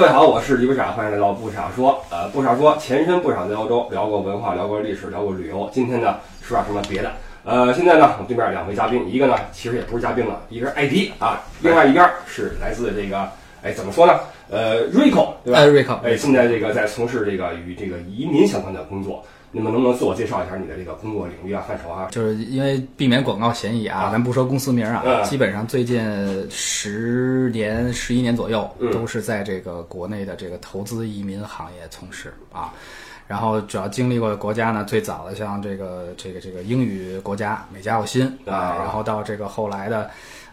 各位好，我是李不傻，欢迎来到不傻说。呃，不傻说前身不傻在欧洲，聊过文化，聊过历史，聊过旅游。今天呢，说点什么别的。呃，现在呢，我对面两位嘉宾，一个呢其实也不是嘉宾了，一个是艾迪啊，另外一边是来自这个，哎，怎么说呢？呃，Rico 对吧？艾瑞克，哎，现在这个在从事这个与这个移民相关的工作。那么能不能自我介绍一下你的这个工作领域啊、范畴啊？就是因为避免广告嫌疑啊啊，咱不说公司名啊，嗯基本上最近十年、十一年左右嗯，都是在这个国内的这个投资移民行业从事啊。然后主要经历过的国家呢，最早的像这个这个这个英语国家美加澳新啊啊，然后到这个后来的。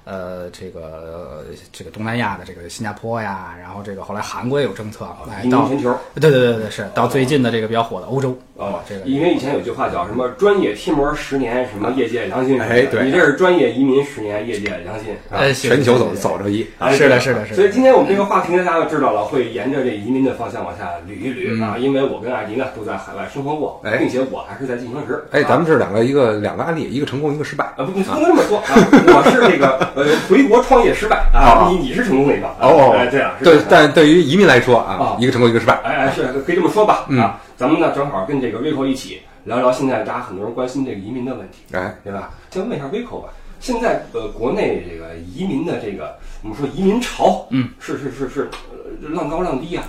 呃，这个呃这个东南亚的这个新加坡呀，然后这个后来韩国也有政策，哎，移民到全球对对对对是到最近的这个比较火的欧洲啊哦这，个因为以前有句话叫什么“专业贴膜十年，什么业界良心”。哎对你这是专业移民十年，业界良心。啊。呃全球走走。走着一，哎是的是的是的所以今天我们这个话题呢，大家就知道了，会沿着这移民的方向往下捋一捋啊。因为我跟艾迪呢都在海外生活过，嗯哎并且我还是在进行时。哎，啊咱们是两个一个两个案例，一个成功，一个失败。啊不不不能这么说啊， 我是这个呃回国创业失败啊，啊你你是成功那个啊哦哎对啊，是对这，样但对于移民来说啊啊，一个成功，一个失败。哎哎是可以这么说吧嗯啊，咱们呢正好跟这个 Rico 一起聊聊现在大家很多人关心这个移民的问题。哎，对吧？先问一下 Vico 吧，现在呃，国内这个移民的这个我们说移民潮，嗯，是是是是，呃浪高浪低啊，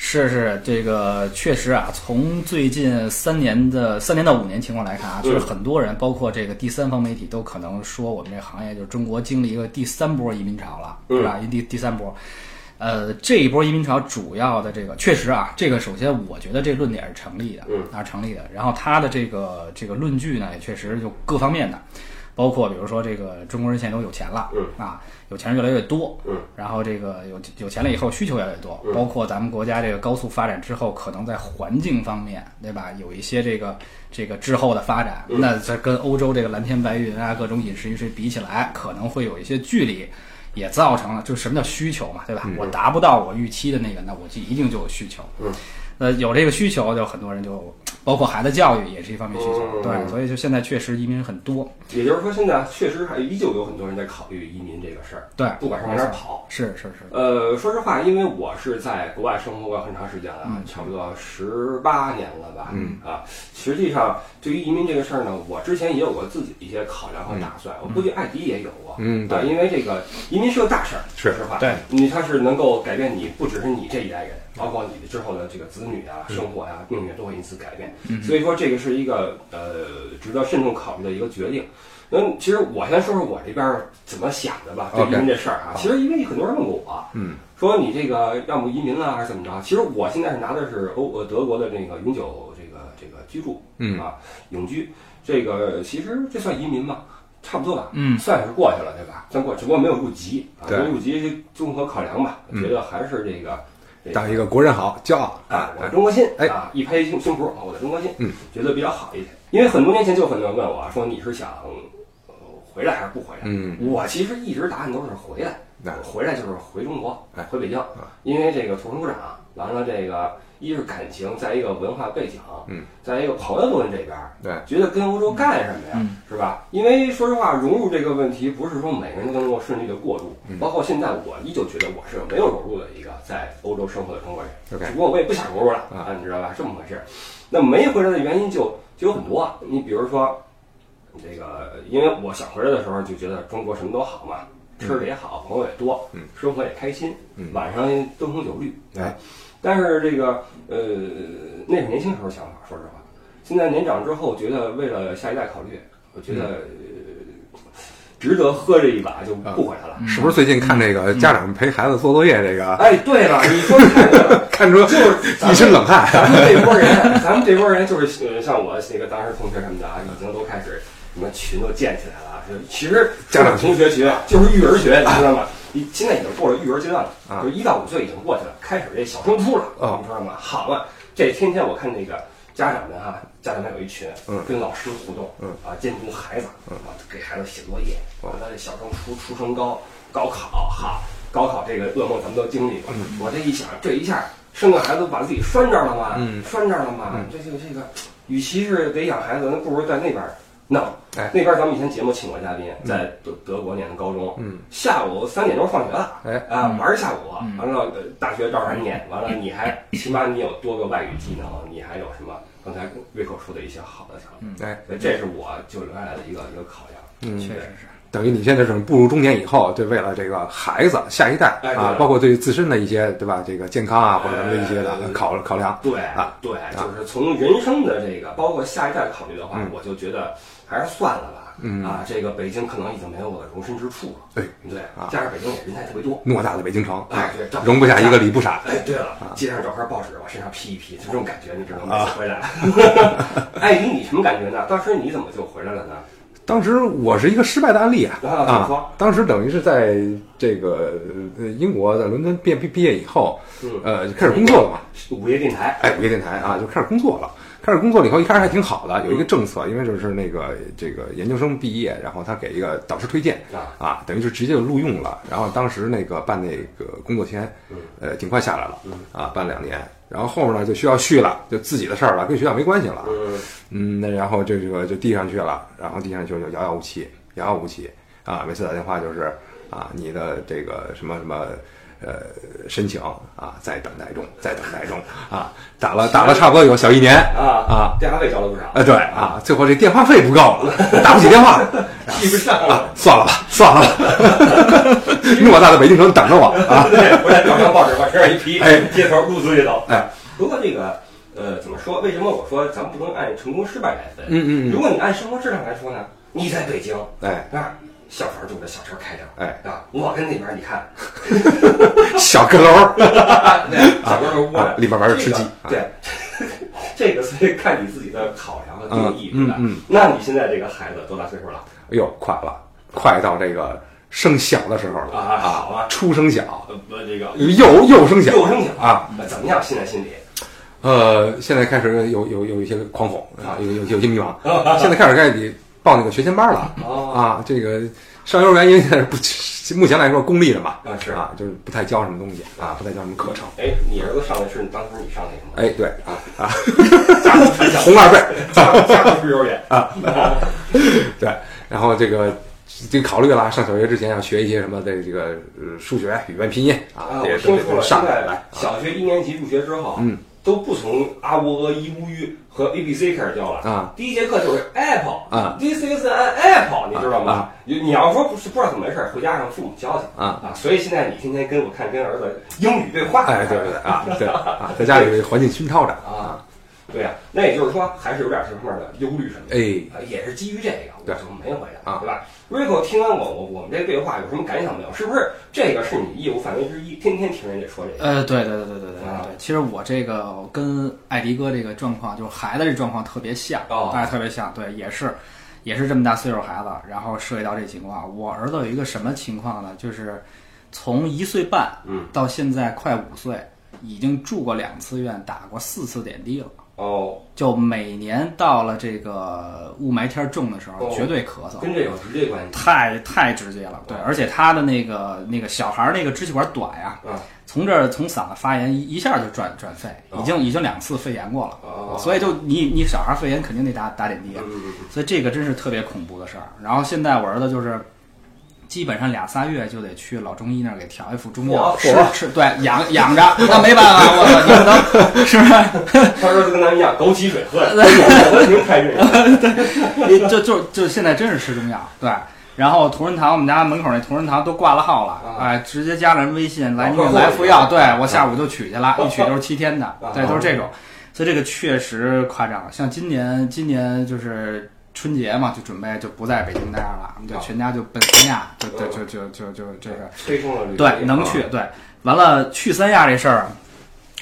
是是，这个确实啊，从最近三年的三年到五年情况来看啊，就是很多人，包括这个第三方媒体，都可能说我们这行业就是中国经历一个第三波移民潮了，对吧？第第三波，呃，这一波移民潮主要的这个确实啊，这个首先我觉得这论点是成立的，嗯，啊成立的。然后他的这个这个论据呢，也确实就各方面的，包括比如说这个中国人现在都有钱了，嗯啊，有钱人越来越多，嗯，然后这个有有钱了以后需求越来越多，嗯包括咱们国家这个高速发展之后，可能在环境方面，对吧？有一些这个这个滞后的发展，嗯那这跟欧洲这个蓝天白云啊，各种饮食饮水比起来，可能会有一些距离。也造成了，就是什么叫需求嘛，对吧？我达不到我预期的那个，那我就一定就有需求。嗯，那有这个需求，就很多人就包括孩子教育也是一方面需求，嗯对，所以就现在确实移民很多，也就是说，现在确实还依旧有很多人在考虑移民这个事儿，哎对，不管是往哪儿跑。是是是，呃，说实话，因为我是在国外生活过很长时间了，差不多十八年了吧。嗯啊，实际上对于移民这个事儿呢，我之前也有过自己的一些考量和打算，我估计艾迪也有过。嗯啊，对因为这个移民是个大事儿，是实话，对，你它是能够改变你不只是你这一代人，包括你的之后的这个子女嗯啊、生活啊、命运都会因此改变。所以说，这个是一个呃值得慎重考虑的一个决定。那其实我先说说我这边儿怎么想的吧，对 OK 移民这事儿啊，好其实因为很多人问过我，啊嗯，说你这个要么移民啊，还是怎么着？其实我现在是拿的是欧呃德国的那个永久这个这个居住，嗯啊，永居，这个其实这算移民吗？差不多吧，嗯算是过去了，对吧？算过，只不过没有入籍啊，没对嗯有入籍综合考量吧，我觉得还是这个这当一个国人好，骄傲啊，我的哎中国心，哎啊，一拍胸胸脯，啊我的中国心，嗯，觉得比较好一点。因为很多年前就有很多人问我啊说你是想呃回来还是不回来？嗯，我其实一直答案都是回来，那我回来就是回中国哎，回北京，因为这个土生土长，啊完了这个一是感情，再一个文化背景，嗯，再一个朋友都跟这边儿，对觉得跟欧洲干什么呀，嗯是吧？因为说实话，融入这个问题不是说每个人都能够顺利的过渡，嗯包括现在我依旧觉得我是没有融入的一个在欧洲生活的中国人 OK 只不过我也不想融入了啊，你知道吧？这么回事儿。那没回来的原因就就有很多，啊你比如说。这个，因为我想回来的时候就觉得中国什么都好嘛，吃的也好，朋友也多，嗯生活也开心，嗯晚上灯红酒绿，哎，但是这个呃，那是年轻时候想法，说实话，现在年长之后觉得为了下一代考虑，我觉得、呃值得喝这一把就不回来了。是不是最近看这嗯个家长陪孩子做作业这个，哎，对了，你说看这个看出就是咱一身冷汗？咱们这波人，咱们这波人就是呃，像我那个当时同学什么的啊，已经都开始什么群都建起来了啊。就其实家长同学学就是育儿学，你知道吗？你现在已经过了育儿阶段了，啊就一到五岁已经过去了，开始这小升初了，哦你知道吗？好嘛，这天天我看那个家长们哈、家长们有一群，嗯跟老师互动，嗯啊，监督孩子，嗯啊，给孩子写作业，哦完了这小升初、初升高、高考哈，高考这个噩梦咱们都经历过。嗯我这一想，这一下生个孩子把自己拴这儿了嘛，嗯拴这儿了嘛，嗯这就这个，与其是得养孩子，那不如在那边儿闹。哎那边咱们以前节目请过嘉宾，在德德国念的高中，嗯，下午三点钟放学了，哎啊，嗯玩一下午，完了呃大学照样念，完了你 还起码你有多个外语技能，你还有什么？刚才瑞克说的一些好的场景，哎，所以这是我就留下来的一个一个考量。嗯确嗯，实是。等于你现在是步入中年以后，对为了这个孩子、下一代哎啊，对包括对自身的一些对吧，这个健康啊或者什么的一些哎的考考量，对啊，对，就是从人生的这个，包括下一代考虑的话嗯，我就觉得还是算了吧。啊，这个北京可能已经没有我的容身之处了。对对啊，加上北京也人才特别多。偌大的北京城，哎对照容不下一个李不傻，哎，对啊了，街上找块报纸往身上披一披，就这种感觉，你知道吗？回来， 艾迪，你什么感觉呢？当时你怎么就回来了呢？当时我是一个失败的案例啊啊怎么啊说！当时等于是在这个呃英国在伦敦毕毕毕业以后，嗯呃，就开始工作了嘛。午夜电台，哎，午夜电台啊，就开始工作了。开始工作了以后，一开始还挺好嗯的，有一个政策，因为就是那个这个研究生毕业，然后他给一个导师推荐啊啊，等于就直接就录用了。然后当时那个办那个工作签，嗯呃，挺快下来了啊，办两年。然后后面呢就需要续了，就自己的事儿了，跟学校没关系了。嗯，嗯，那然后这个就递上去了，然后递上去就遥遥无期，遥遥无期啊！每次打电话就是啊，你的这个什么什么呃申请啊，在等待中，在等待中啊，打了打了差不多有小一年啊啊，电话费交了不少， 啊对啊，最后这电话费不够了，打不起电话了，记不上了。算了吧， 算了吧，偌大的北京城等着我啊！对，回来找张报纸往身上一披，哎街头路出去走。哎，不过这个，呃，怎么说？为什么我说咱们不能按成功失败来分？嗯嗯嗯如果你按生活质量来说呢，你在北京，哎，那小船住着，小车开着，哎啊，我跟那边你看，小阁楼， 对小哥们窝啊着，里边玩着吃鸡这个对，这个所以看你自己的考量和定义，嗯对吧嗯嗯那你现在这个孩子多大岁数了？哎呦，快了，快到这个生小的时候了啊好啊出生小。呃，不，这个幼幼生小，幼升小啊，，呃怎么样？现在心里呃，现在开始有有有一些狂恐啊，有有有些迷茫， 现在开始该你报那个学前班了哦啊，这个上幼儿园因为现在不目前来说公立的嘛，啊是啊，就是不太教什么东西啊，不太教什么课程，哎，你儿子上的是当时你上的什 么？哎，对啊啊，家族传承，红二辈， 家族家族幼儿园啊，对，然后这个。这考虑了，上小学之前要学一些什么的这个呃数学、语文、拼音啊，这我些听都得说了，都上现来在来。小学一年级入学之后，嗯，都不从啊喔呃一乌吁和 A B C 开始教了啊。第一节课就是 apple 啊，this is an apple，你知道吗啊？你你要说不是不知道怎么回事，回家让父母教去啊所以现在你天天跟我看跟儿子英语对话，哎，对对对啊，对啊，在家里环境熏陶着啊，对呀、那也就是说还是有点这方面的忧虑什么的。啊，哎也是基于这个，我对就没回答，啊对吧？Rico 听完我我我们这对话有什么感想没有？是不是这个是你业务范围之一？天天听人家说这个，呃，对对对对对对啊对，其实我这个我跟艾迪哥这个状况，就是孩子这状况特别像，哦哎，特别像，对，也是，也是这么大岁数孩子，然后涉及到这情况。我儿子有一个什么情况呢？就是从一岁半，嗯，到现在快五岁，已经住过两次院，打过四次点滴了。哦，就每年到了这个雾霾天儿重的时候，哦绝对咳嗽，跟这有直接关系。太太直接了，对，嗯而且他的那个那个小孩儿那个支气管短呀、嗯从这儿从嗓子发炎一一下就转转肺，已经已经两次肺炎过了，哦所以就你你小孩儿肺炎肯定得打打点滴，嗯所以这个真是特别恐怖的事儿。然后现在我儿子就是。基本上俩仨月就得去老中医那儿给调一副中药，嚯吃吃对养养着，那没办法，我操，你不 能是不是？他说就跟咱们一样，枸杞水喝， 我挺开心。就就就现在真是吃中药，对。然后同仁堂，我们家门口那同仁堂都挂了号了，啊哎、直接加了人微信来啊您给会来会服的药，对我下午就取去了，一取就是七天的啊，对，都是这种，所以这个确实夸张。像今年，今年就是春节嘛，就准备就不在北京待着了，我们就啊全家就奔三亚，就就就就就就这个，催生了旅游对，能去。对，完了去三亚这事儿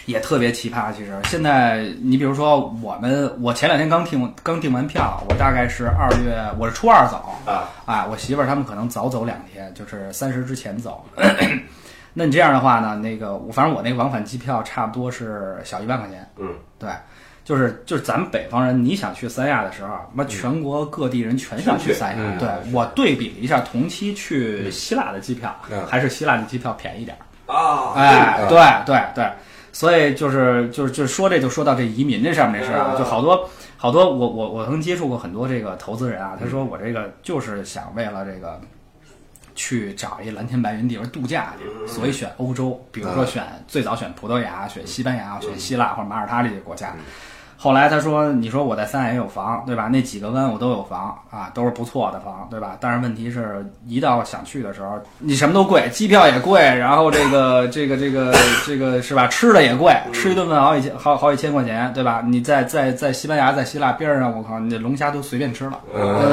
也特别奇葩。其实现在你比如说我们，我前两天刚订刚订完票，我大概是二月，我是初二走，啊，啊，我媳妇儿他们可能早走两天，就是三十之前走。 那你这样的话呢，那个我反正我那个往返机票差不多是小一万块钱，嗯，对。就是就是咱们北方人，你想去三亚的时候，那全国各地人全想去三亚。嗯对我对比了一下同期去希腊的机票，嗯还是希腊的机票便宜点儿。啊，哎，对对对，所以就是就是就是说这就说到这移民这上面这事儿啊，就好多好多我我我曾接触过很多这个投资人啊，他说我这个就是想为了这个去找一蓝天白云地方度假去，所以选欧洲，比如说选最早选葡萄牙、选西班牙、选希腊或者马耳他这些国家。后来他说：“你说我在三亚也有房，对吧？那几个湾我都有房啊，都是不错的房，对吧？但是问题是，一到想去的时候，你什么都贵，机票也贵，然后这个这个这个这个是吧？吃的也贵，吃一顿饭好几千好好几千块钱，对吧？你在在在西班牙，在希腊边儿上，我靠，你这龙虾都随便吃了，嗯对呃不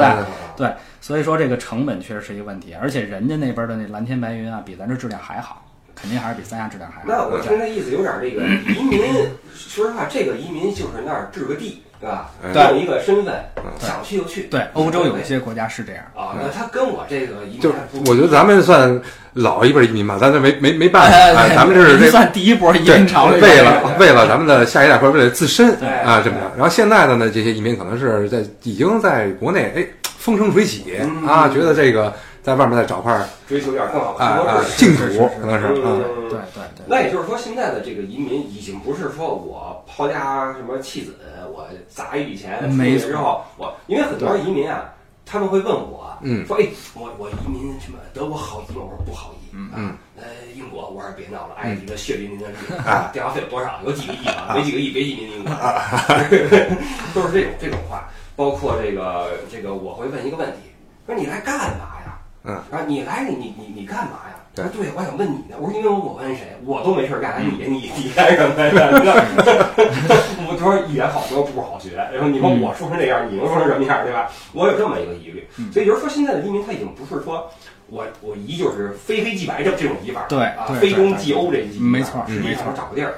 对？对，所以说这个成本确实是一个问题，而且人家那边的那蓝天白云啊，比咱这质量还好，肯定还是比三亚质量还好。那我听这意思有点这个移民，说实话，这个移民就是那儿置个地，对吧？哎对嗯弄一个身份，想去就去。对，欧洲有嗯一些国家是这样。”啊，那他跟我这个移民就是还不我觉得咱们算老一辈移民吧，咱这没没没办法，哎，哎咱们 这是这算第一波移对民潮了，为对了为了咱们的下一代或者为了自身对啊这么样。然后现在的呢，这些移民可能是在已经在国内哎风生水起嗯啊，觉得这个在外面再找块儿追求点更好的啊生活啊质净是土哎是，可能是量。啊。嗯对对对，那也就是说，现在的这个移民已经不是说我抛家什么弃子，我砸一笔钱出没去错之后，我因为很多移民啊，他们会问我，嗯说哎，我我移民什么德国好移吗？我说不好移，嗯嗯，呃，英国我说别闹了，埃及的血淋淋的例子啊，电话费多少？有几个亿啊？没几个亿别移民英国， 都是这种这种话，包括这个这个，我会问一个问题，说你来干嘛呀？嗯，啊，你来你你你你干嘛呀？对我说对，我想问你呢。我说因为我问谁，我都没事儿干，你你你干什么呀？我说语言好学不好学，然后你说我说成这样，你能说成什么样，对吧？我有这么一个疑虑，所以就是说现在的移民他已经不是说我我移就是非黑即白这这种移法，对啊，对非对中对即欧这一移法没错是没错找个地儿，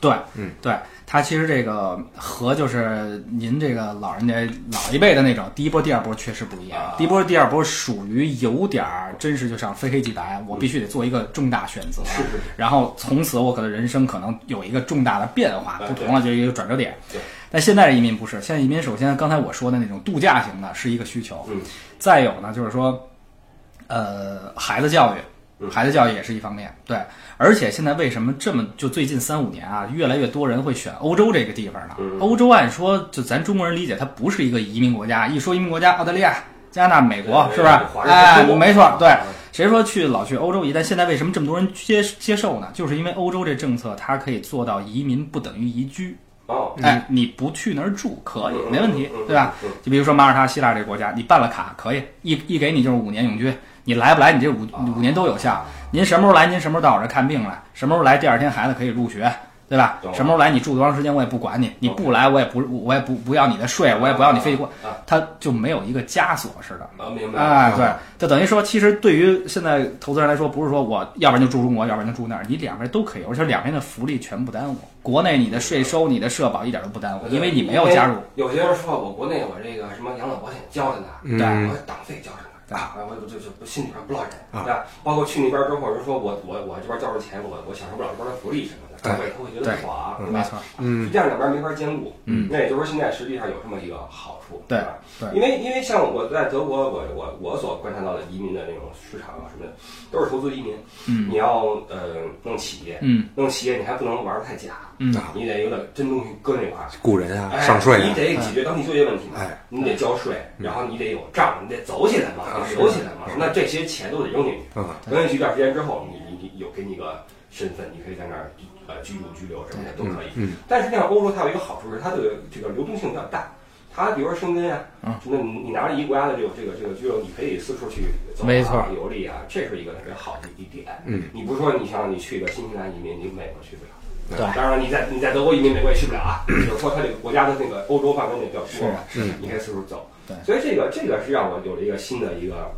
对，嗯，对，它其实这个和就是您这个老人家老一辈的那种第一波、第二波确实不一样啊。第一波、第二波属于有点儿，真是就像非黑即白，我必须得做一个重大选择，是是是然后从此我可能人生可能有一个重大的变化啊，不同了就一个转折点对。但现在的移民不是，现在移民首先刚才我说的那种度假型的是一个需求，嗯再有呢就是说，呃，孩子教嗯育，孩子教育也是一方面，对。而且现在为什么这么就最近三五年啊，越来越多人会选欧洲这个地方呢？嗯欧洲按说就咱中国人理解，它不是一个移民国家，一说移民国家，澳大利亚、加拿大、美国对是吧华？人哎之都，没错，对嗯。谁说去老去欧洲一带？现在为什么这么多人接接受呢？就是因为欧洲这政策，它可以做到移民不等于移居。哦，哎，你不去那儿住可以，嗯没问题嗯嗯，对吧嗯？就比如说马耳他、希腊这个国家，你办了卡可以，一一给你就是五年永居，你来不来你这五啊五年都有效。您什么时候来，您什么时候到我这儿看病来，什么时候来，第二天孩子可以入学，对吧懂？了什么时候来，你住多长时间我也不管你，你不来我也不我也不不要你的税，我也不要你费过啊，他就没有一个枷锁似的。啊，明白，哎，对，就等于说，其实对于现在投资人来说，不是说我要不然就住中国，要不然就住那儿，你两边都可以，而且两边的福利全不耽误。国内你的税收、你的社保一点都不耽误，因为你没有加入。。哎有些人说我国内我这个什么养老保险交着呢，嗯我党费交着呢，啊，我我就就就心里边不落忍，啊对吧？包括去那边之后，人说我我我这边交着钱，我我享受不了这边的福利什么的，对我也会觉得不爽，对没吧？错，嗯，这样两边没法兼顾，嗯那也就是说现在实际上有这么一个好处，对吧？对因为因为像我在德国，我我我所观察到的移民的那种市场啊什么的，都是投资移民，嗯你要呃弄企业，嗯弄企业你还不能玩的太假，嗯你得有点真东西搁那块儿。雇人啊，哎上税你啊，得解决当地就业问题嘛，哎嗯你得交税，然后你得有账，你得走起来嘛，啊你得留起来嘛，那这些钱都得扔进去，嗯，扔进去一段时间之后，你你你有给你个身份，你可以在那儿呃居住、居留什么的都可以。嗯但是这样欧洲它有一个好处是它的这个流动性比较大，它比如说申根啊，嗯那你你拿着一个国家的这个这个这个居留，你可以四处去走啊、没错游历啊，这是一个特别好的一点。嗯，你不是说你像你去个新西兰移民，你美国去不了。对当然你在你在德国移民美国也去不了 啊，就是说它这个国家的那个欧洲范围内比较多嘛，是是你可以四处走。对所以这个这个是让我有了一个新的一个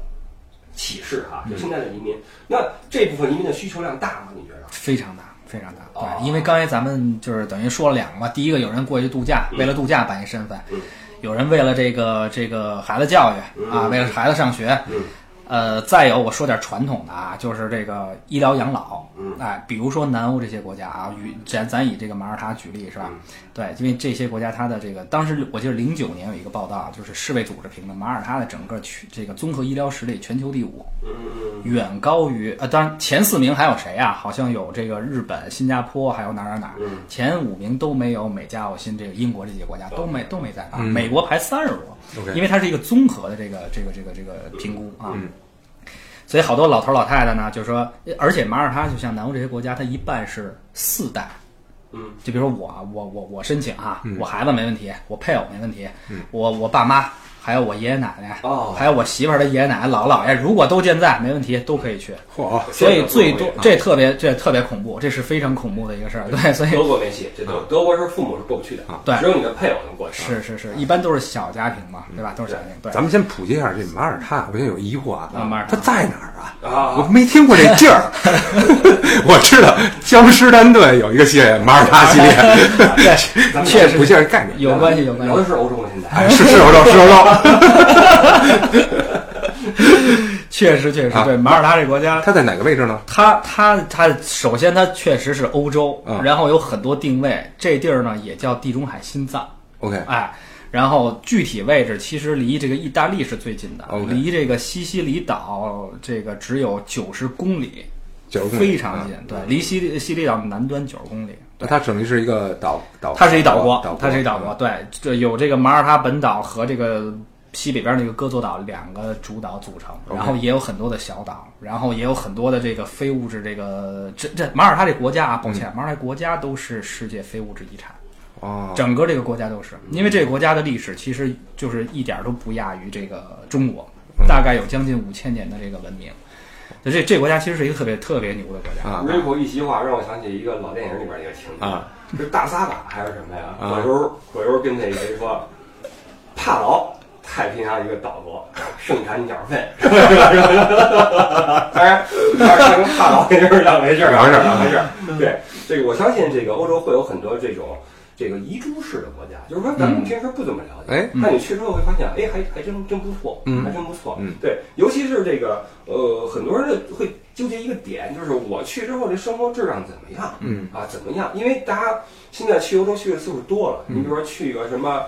启示哈、就现在的移民，那这部分移民的需求量大吗？你觉得？非常大，非常大。哦对，因为刚才咱们就是等于说了两个嘛，第一个有人过去度假，为了度假办一身份嗯；嗯有人为了这个这个孩子教育啊，为了孩子上学。呃，再有我说点传统的啊，就是这个医疗养老，嗯哎，比如说南欧这些国家啊，与咱咱以这个马耳他举例是吧？嗯对，因为这些国家它的这个，当时我记得零九年有一个报道，就是世卫组织评的马耳他的整个全这个综合医疗实力全球第五，远高于呃，当然前四名还有谁啊？好像有这个日本、新加坡，还有哪儿哪儿哪儿，前五名都没有美加、澳新这个英国这些国家都没都没在那儿，美国排三十多，因为它是一个综合的这个这个这个这个嗯评估啊。所以好多老头老太太呢，就是说，呃而且马耳他就像南欧这些国家，它一半是四代，嗯，就比如说我啊，我我我申请啊，嗯我孩子没问题，我配偶没问题，我我爸妈。还有我爷爷奶奶，哦还有我媳妇儿的爷爷奶奶、姥姥姥爷，如果都健在，没问题，都可以去。嚯，所以最多嗯这个不容易啊嗯这特别这特别恐怖，这是非常恐怖的一个事儿。对，哎所以德国没戏，这德啊德国是父母是过不去的，对只有你的配偶能过去。是是是，一般都是小家庭嘛，对吧？都是小家庭。对，咱们先普及一下这马耳他，我现在有疑惑啊啊马耳，他它在哪儿啊？啊我没听过这地 儿。我知道江诗丹顿有一个系列马耳他系列，对，咱们确实普及一下概念。有关系，有关聊系的。是欧洲吗？现在哎，是是欧洲，是欧洲。确实确实啊对，马耳他这国家，它在哪个位置呢？它它它，首先它确实是欧洲，嗯然后有很多定位，这地儿呢也叫地中海心脏， OK，哎。然后具体位置其实离这个意大利是最近的 OK 离这个西西里岛这个只有九十公里，九十公里啊非常近。对，离西里西里岛南端九十公里。那它等于是一个岛岛，它是一岛国国，，它是一岛国。对，这有这个马耳他本岛和这个西北边那个哥佐岛两个主岛组成， OK 然后也有很多的小岛，然后也有很多的这个非物质这个这这马耳他这国家啊，抱歉，马耳他国家都是世界非物质遗产，哦，整个这个国家都是，因为这个国家的历史其实就是一点儿都不亚于这个中国，大概有将近五千年的这个文明。就这这国家其实是一个特别特别牛的国家啊 Rico 一席话让我想起一个老电影里边一个情节，啊是大撒把还是什么呀？啊葛优葛优跟那谁说，帕劳。太平洋一个岛国，盛产鸟粪， 是吧是吧是吧当然，要是跟帕劳那就是两回事儿，啊两回事儿两啊回事儿。嗯嗯对，这个我相信，这个欧洲会有很多这种这个遗珠式的国家，就是说咱们平时不怎么了解，哎但你去之后会发现，哎，还还真真不错，嗯还真不错，嗯对，尤其是这个呃，很多人会纠结一个点，就是我去之后这生活质量怎么样？嗯啊，怎么样？因为大家现在去欧洲去的次数多了，嗯你比如说去个什么。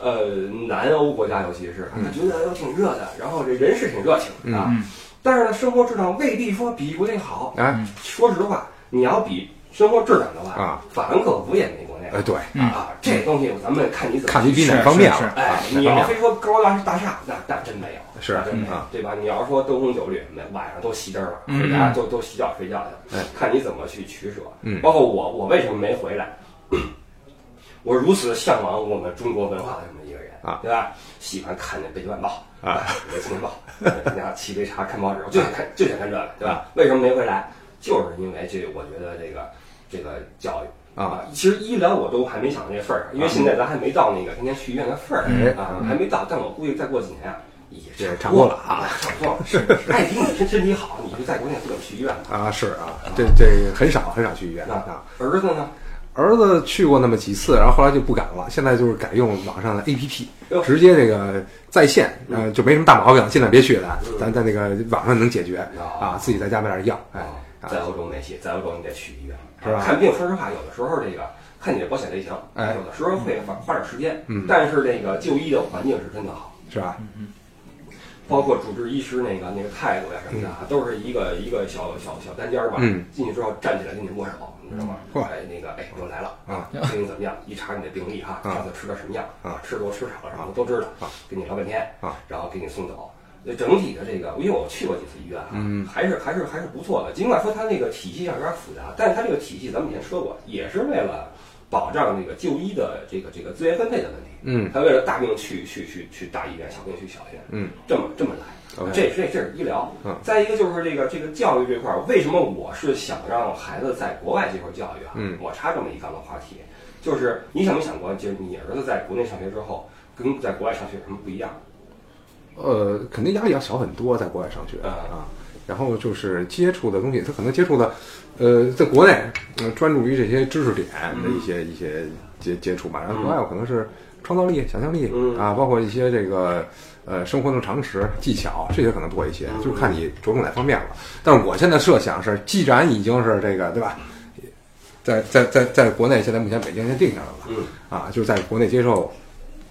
呃，南欧国家尤其是，嗯他觉得哎呦挺热的，然后这人是挺热情的啊，嗯但是呢，生活质量未必说比国内好。哎说实话，你要比生活质量的话，啊法兰克福也没国内好哎，对，啊，这东西咱们看你怎么看你去嗯比是哪方面是了是哎啊，哪你方要面非说高大大厦，那那真没有，啊是那真没有嗯，对吧？你要是说灯红酒绿，那晚上都熄灯了，嗯大家都都洗脚睡觉去哎了，看你怎么去取舍。嗯包括我，我为什么没回来？我如此向往我们中国文化的这么一个人啊对吧？喜欢看那《北京晚报》啊， 《北京晚报》， 大家沏杯茶看报纸，我就想看，就想看这个，对啊吧？为什么没回来？就是因为这，我觉得这个这个教育。啊，其实医疗我都还没想到那份儿上，因为现在咱还没到那个天天去医院的份儿嗯啊，还没到。但我估计再过几年啊，也也差差不不多多了了啊， 差不多了。是， 艾迪，你身身体好，你就在国内不怎么去医院了啊，是啊，这这很少很少去医院啊啊。。儿子呢？儿子去过那么几次，然后后来就不敢了，现在就是改用网上的 APP，哟嗯直接这个在线，呃，就没什么大毛病，尽量别去了，咱在那个网上能解决哦啊，自己在家买点药，哎，啊在欧洲没戏，在欧洲你得去医院，啊是吧看病，说实话，有的时候这个看你的保险类型，哎嗯有的时候会花花点时间，但是那个就医的环境是真的好。是吧？包括主治医师那个那个态度呀什么的啊，都是一个一个小小小单间儿吧。嗯进去之后站起来跟你握手，你知道吗？嚯哎，那个哎，我来了啊，病怎么样？一查你的病历哈，啊上次吃的什么药啊吃多吃少什么都知道啊，跟你聊半天啊，然后给你送走。那整体的这个，因为我去过几次医院啊，嗯还是还是还是不错的。尽管说它那个体系上有点复杂，但是它这个体系咱们以前说过，也是为了保障这个就医的这个这个资源分配的问题。嗯他为了大病去去去去大医院，小病去小医院，嗯，这么这么来。 OK 这这这是医疗嗯，再一个就是这个这个教育这块儿，为什么我是想让孩子在国外接受教育啊？嗯我插这么一杠的话题，就是你想没想过，就是你儿子在国内上学之后，跟在国外上学有什么不一样？呃，肯定压力要小很多，在国外上学啊啊，然后就是接触的东西，他可能接触的，呃，在国内、呃、专注于这些知识点的一些一些接接触吧，然后国外有可能是创造力、想象力啊，包括一些这个呃生活的常识、技巧这些可能多一些，就是看你着重哪方面了。但是我现在设想是，既然已经是这个对吧，在在在在国内现在目前北京先定下来了，嗯啊，就在国内接受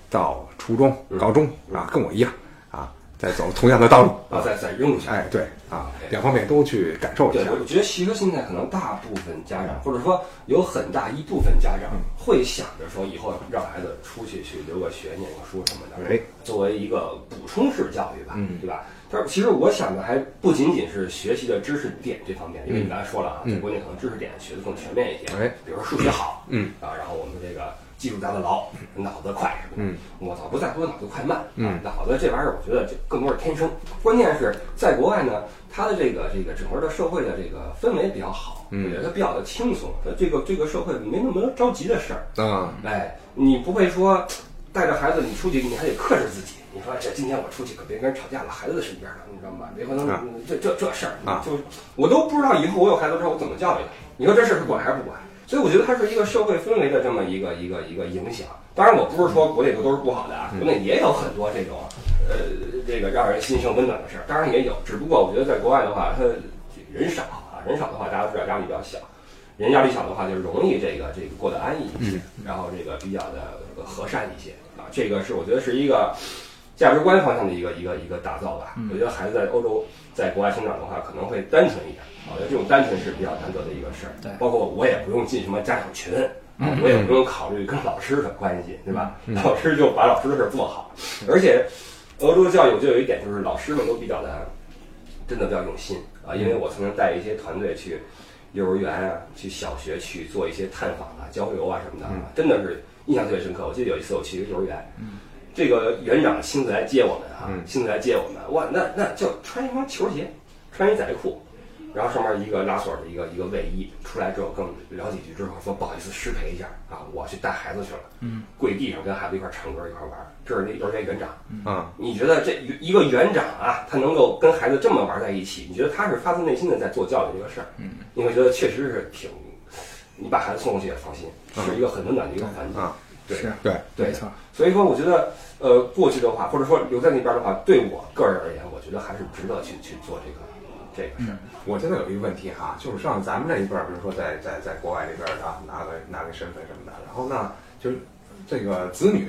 到初中、嗯高中啊，跟我一样啊，在走同样的道路啊，再再用一下。哎，对啊，两方面都去感受一对下，。我觉得其实现在可能大部分家长，或者说有很大一部分家长嗯会想着说，以后让孩子出去去留个学、念个书什么的，哎嗯作为一个补充式教育吧，对吧？但是其实我想的还不仅仅是学习的知识点这方面，因为你刚才说了啊，在国内可能知识点学的更全面一些，嗯哎比如说数学好，嗯啊，然后我们这个技术扎得牢，脑子快什么的，嗯，我倒不在乎脑子快慢，嗯，脑子这玩意儿我觉得这更多是天生，关键是在国外呢，它的这个这个整个的社会的这个氛围比较好，我觉得它比较的轻松，它这个这个社会没那么多着急的事儿，啊，哎，你不会说带着孩子你出去，你还得克制自己。你说哎这今天我出去可别跟人吵架了，孩子是一边的，你知道吗？别回头嗯啊这这这事儿啊就我都不知道以后我有孩子之后我怎么教育他。你说这事儿他管还是不管？所以我觉得它是一个社会氛围的这么一个一个一个影响。当然，我不是说国内就都是不好的嗯啊，国内也有很多这种呃这个让人心生温暖的事儿，当然也有。只不过我觉得在国外的话，他人少啊，人少的话大家都知道压力比较小。人压力小的话，就容易这个这个过得安逸一些，然后这个比较的呃和善一些啊。这个是我觉得是一个价值观方向的一个一个一个打造吧。我觉得孩子在欧洲在国外生长的话，可能会单纯一点。我觉得这种单纯是比较难得的一个事儿。对包括我也不用进什么家长群，啊我也不用考虑跟老师的关系，对吧？老师就把老师的事儿做好。而且欧洲教育我就有一点就是老师们都比较的真的比较用心啊，因为我曾经带一些团队去幼儿园啊，去小学去做一些探访啊、交流啊什么的啊，真的是印象特别深刻。我记得有一次我去一个幼儿园，这个园长亲自来接我们啊，亲自来接我们，哇，那那就穿一双球鞋，穿一仔裤。然后上面一个拉锁的一个一个卫衣，出来之后跟我们聊几句之后说不好意思失陪一下啊，我去带孩子去了，嗯，跪地上跟孩子一块儿唱歌一块儿玩儿，这是那幼儿园园长，啊，你觉得这一个园长啊，他能够跟孩子这么玩在一起，你觉得他是发自内心的在做教育这个事儿？嗯，你会觉得确实是挺，你把孩子送过去也放心，是一个很温暖的一个环境。啊对嗯是对，对没错，所以说我觉得，呃，过去的话，或者说留在那边的话，对我个人而言，我觉得还是值得去去做这个这个事儿。嗯我现在有一个问题哈，就是像咱们这一辈儿，比如说在在在国外这边儿啊，拿个拿个身份什么的，然后呢，就是这个子女，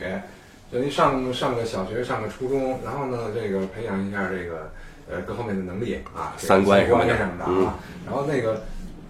就您上上个小学，上个初中，然后呢，这个培养一下这个呃各方面的能力啊，这个三观三什么观的什么的嗯啊啊，然后那个，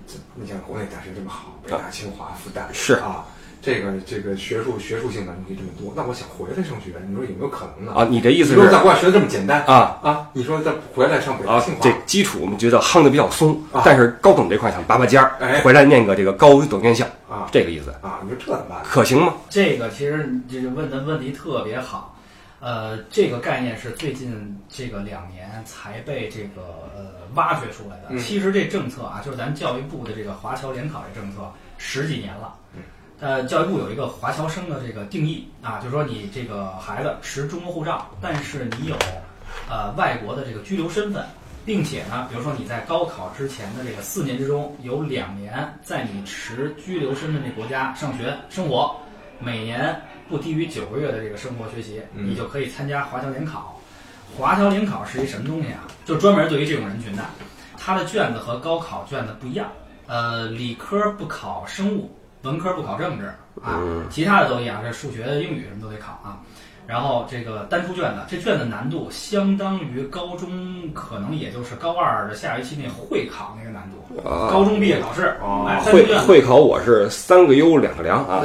这你像国内大学这么好，北大、清华、复旦是啊。这个这个学术学术性的东西这么多，那我想回来上学，你说有没有可能呢？，啊你的你意说在国外学的这么简单啊啊？你说再回来上北大、清华，基础我们觉得夯的比较松啊是高等这块想拔拔尖哎来念个这个高等院校啊这个意思啊，你说这怎么办？可行吗？这个其实你这个问的问题特别好，呃，这个概念是最近这个两年才被这个呃挖掘出来的。其实这政策啊，就是咱教育部的这个华侨联考这政策十几年了。呃，教育部有一个华侨生的这个定义啊，就是说你这个孩子持中国护照，但是你有呃外国的这个居留身份，并且呢，比如说你在高考之前的这个四年之中，有两年在你持居留身份这国家上学生活，每年不低于九个月的这个生活学习，你就可以参加华侨联考。华侨联考是一什么东西啊？就专门对于这种人群的，它的卷子和高考卷子不一样。呃，理科不考生物，文科不考政治啊，其他的都一样，这数学、英语什么都得考啊。然后这个单出卷子，这卷子难度相当于高中，可能也就是高二的下学期那会考那个难度，高中毕业考试，哦哎，单出会卷子会考我是三个优两个良啊，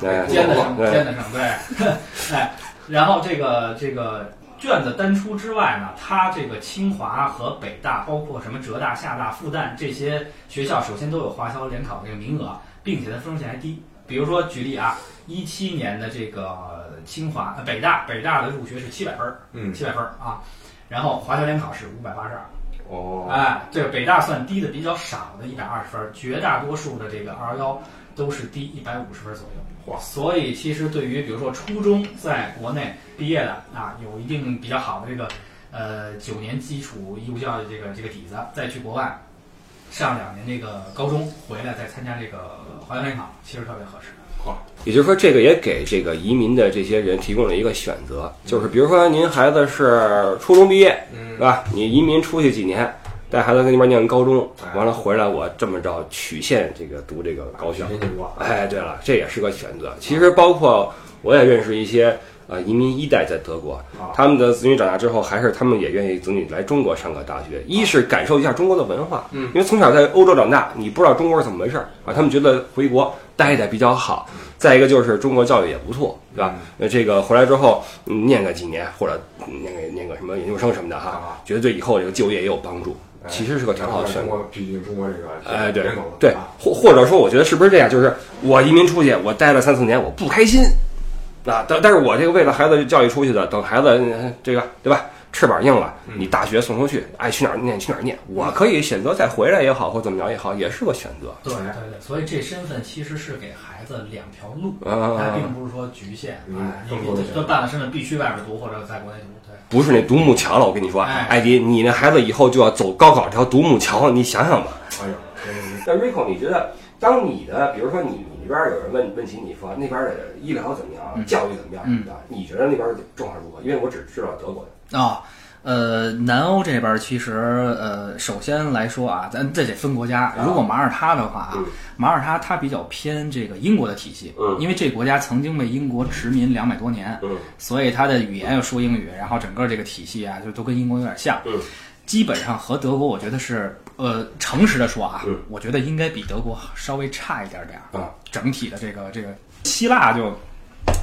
对对兼得上，对兼得上，对，哎，然后这个这个卷子单出之外呢，它这个清华和北大，包括什么浙大、厦大、复旦这些学校，首先都有华侨联考这个名额，并且它分数线还低。比如说举例啊，一七年的这个清华、呃北大，北大的入学是七百分儿，嗯七百分儿啊，然后华侨联考是五百八十二。哦，哎，这个北大算低的比较少的，一百二十分儿，绝大多数的这个二幺幺都是低一百五十分儿左右。哇所以其实对于比如说初中在国内毕业的啊，有一定比较好的这个呃九年基础义务教育这个这个底子，再去国外上两年这个高中，回来再参加这个华侨联考，其实特别合适。也就是说，这个也给这个移民的这些人提供了一个选择，就是比如说您孩子是初中毕业，对吧？你移民出去几年，带孩子在那边念高中，完了回来我这么着曲线这个读这个高校，没听过。哎，对了，这也是个选择。其实包括我也认识一些呃移民一代在德国，啊他们的子女长大之后，还是他们也愿意子女来中国上个大学，一是感受一下中国的文化，嗯，因为从小在欧洲长大，你不知道中国是怎么回事儿啊，他们觉得回国待待比较好。再一个就是中国教育也不错，对吧？呃，这个回来之后嗯念个几年或者嗯念个念个什么研究生什么的哈啊，哎觉得对以后这个就业也有帮助，其实是个挺好的选择中。国毕竟中国这个哎，对人口对啊，或或者说，我觉得是不是这样？就是我移民出去，我待了三四年，我不开心，啊，但但是我这个为了孩子教育出去的，等孩子呃这个对吧，翅膀硬了，嗯你大学送出去，爱去哪儿念去哪儿念，我可以选择再回来也好，或怎么着也好，也是个选择。对对对，所以这身份其实是给孩子两条路，啊它并不是说局限，嗯哎，你更多的你选就择办了身份必须外边读或者在国内读，对。不是那独木桥了，我跟你说，啊哎艾迪，你那孩子以后就要走高考这条独木桥，你想想吧。哎呦，真是那 Rico，你觉得当你的，比如说你你那边有人问问起你说那边的医疗怎么样，教育怎么样什么的，你觉得那边的状况如何？因为我只知道德国的。啊、呃，南欧这边儿其实呃，首先来说啊，咱这得分国家。如果马耳他的话啊，嗯马耳他它比较偏这个英国的体系，嗯因为这国家曾经被英国殖民两百多年，嗯所以它的语言又说英语，然后整个这个体系啊，就都跟英国有点像。嗯基本上和德国，我觉得是呃，诚实的说啊，嗯我觉得应该比德国稍微差一点点儿啊。整体的这个这个希腊就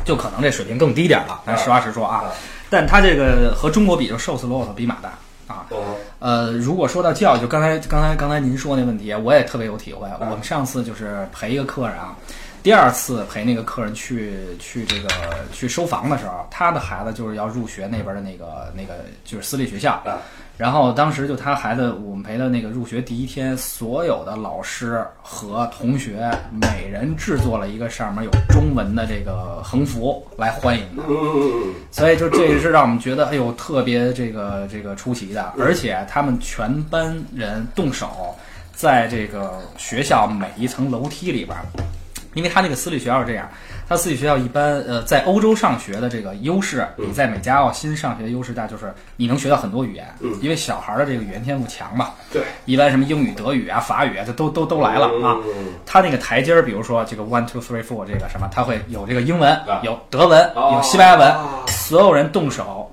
就可能这水平更低点儿了，咱实话实说啊。啊但它这个和中国比，就瘦死骆驼比马大啊。嗯呃，如果说到教育，就刚才刚才刚才您说那问题，我也特别有体会。我们上次就是陪一个客人啊，第二次陪那个客人去去这个去收房的时候，他的孩子就是要入学那边的那个那个就是私立学校啊，然后当时就他孩子，我们陪他那个入学第一天，所有的老师和同学每人制作了一个上面有中文的这个横幅来欢迎他。嗯所以就这也是让我们觉得，哎呦，特别这个这个出奇的，而且他们全班人动手，在这个学校每一层楼梯里边儿，因为他那个私立学校是这样，他私立学校一般呃在欧洲上学的这个优势，嗯比在美加澳新上学的优势大，就是你能学到很多语言，因为小孩儿的这个语言天赋强嘛，嗯对，一般什么英语、德语啊、法语啊，这都都都来了啊。嗯他那个台阶儿，比如说这个 one two three four 这个什么，他会有这个英文啊，有德文，哦有西班牙文哦，所有人动手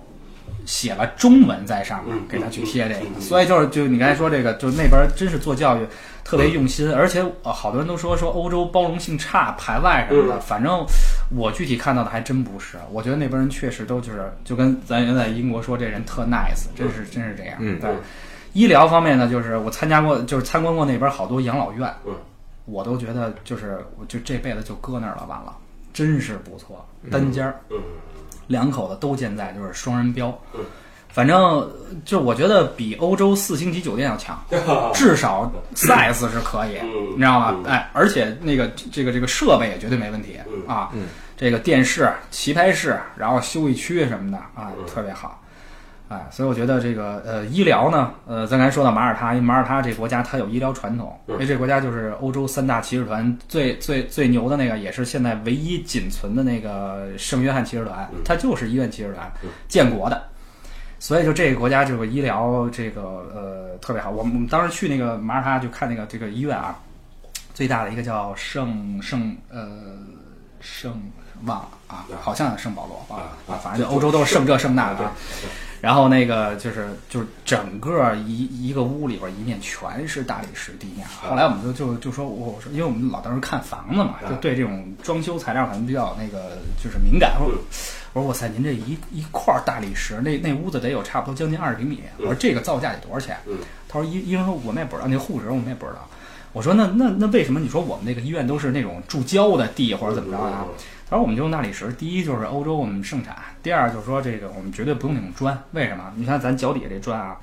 写了中文在上面嗯，给他去贴这嗯嗯个。嗯所以就是就你刚才说这个，就那边真是做教育特嗯别用心，而且呃好多人都说说欧洲包容性差、排外什么嗯的，反正我具体看到的还真不是。我觉得那边人确实都就是就跟咱原来在英国说这人特 nice，真是真是这样。嗯对。医疗方面呢，就是我参加过，就是参观过那边好多养老院，嗯，我都觉得就是我就这辈子就搁那儿了，完了，真是不错，单间儿，嗯，两口子都健在，就是双人标，嗯，反正就我觉得比欧洲四星级酒店要强， 至少 size 是可以，嗯你知道吗？嗯哎，而且那个这个这个设备也绝对没问题嗯啊，这个电视、棋牌室，然后休息区什么的啊，嗯特别好。哎，所以我觉得这个呃医疗呢，呃，咱刚才说到马耳他，因为马耳他这国家它有医疗传统，嗯因为这国家就是欧洲三大骑士团最最最牛的那个，也是现在唯一仅存的那个圣约翰骑士团，嗯它就是医院骑士团建国的，所以就这个国家这个医疗这个呃特别好。我们我们当时去那个马耳他就看那个这个医院啊，最大的一个叫圣圣呃圣忘了啊，好像圣保罗忘了啊，反正就欧洲都是圣这圣那的啊。然后那个就是就是整个一一个屋里边一面全是大理石地面。啊后来我们就就就说，我我说，因为我们老当时看房子嘛，就对这种装修材料可能比较那个就是敏感。我说我说哇塞，您这一一块大理石，那那屋子得有差不多将近二十平米。我说这个造价得多少钱？他说医医生说我们也不知道，那护士说我们也不知道。我说那那那为什么你说我们那个医院都是那种筑胶的地或者怎么着嗯啊？他说我们就用大理石，第一就是欧洲我们盛产，第二就是说这个我们绝对不用那种砖，为什么？你看咱脚底下这砖啊，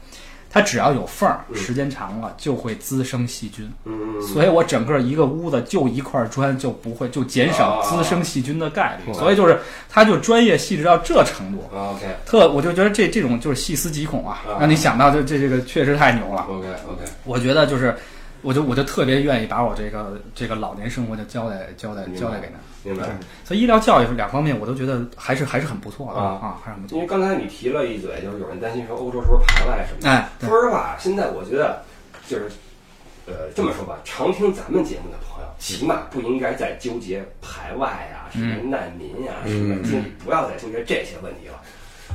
它只要有缝儿，时间长了就会滋生细菌。嗯所以我整个一个屋子就一块砖，就不会就减少啊滋生细菌的概率。啊所以就是，它就专业细致到这程度。 ，OK 特，我就觉得这这种就是细思极恐啊啊，让你想到就这这个确实太牛了。 OK OK，我觉得就是，我就我就特别愿意把我这个这个老年生活就交代交代交代给他。明白。所以医疗教育两方面，我都觉得还是还是很不错的啊啊，还是很不错。因为刚才你提了一嘴，就是有人担心说欧洲是不是排外什么的。哎，对说实话，现在我觉得就是，呃，这么说吧，常听咱们节目的朋友，起码不应该再纠结排外啊，什么难民啊，什么经济，不要再纠结这些问题了。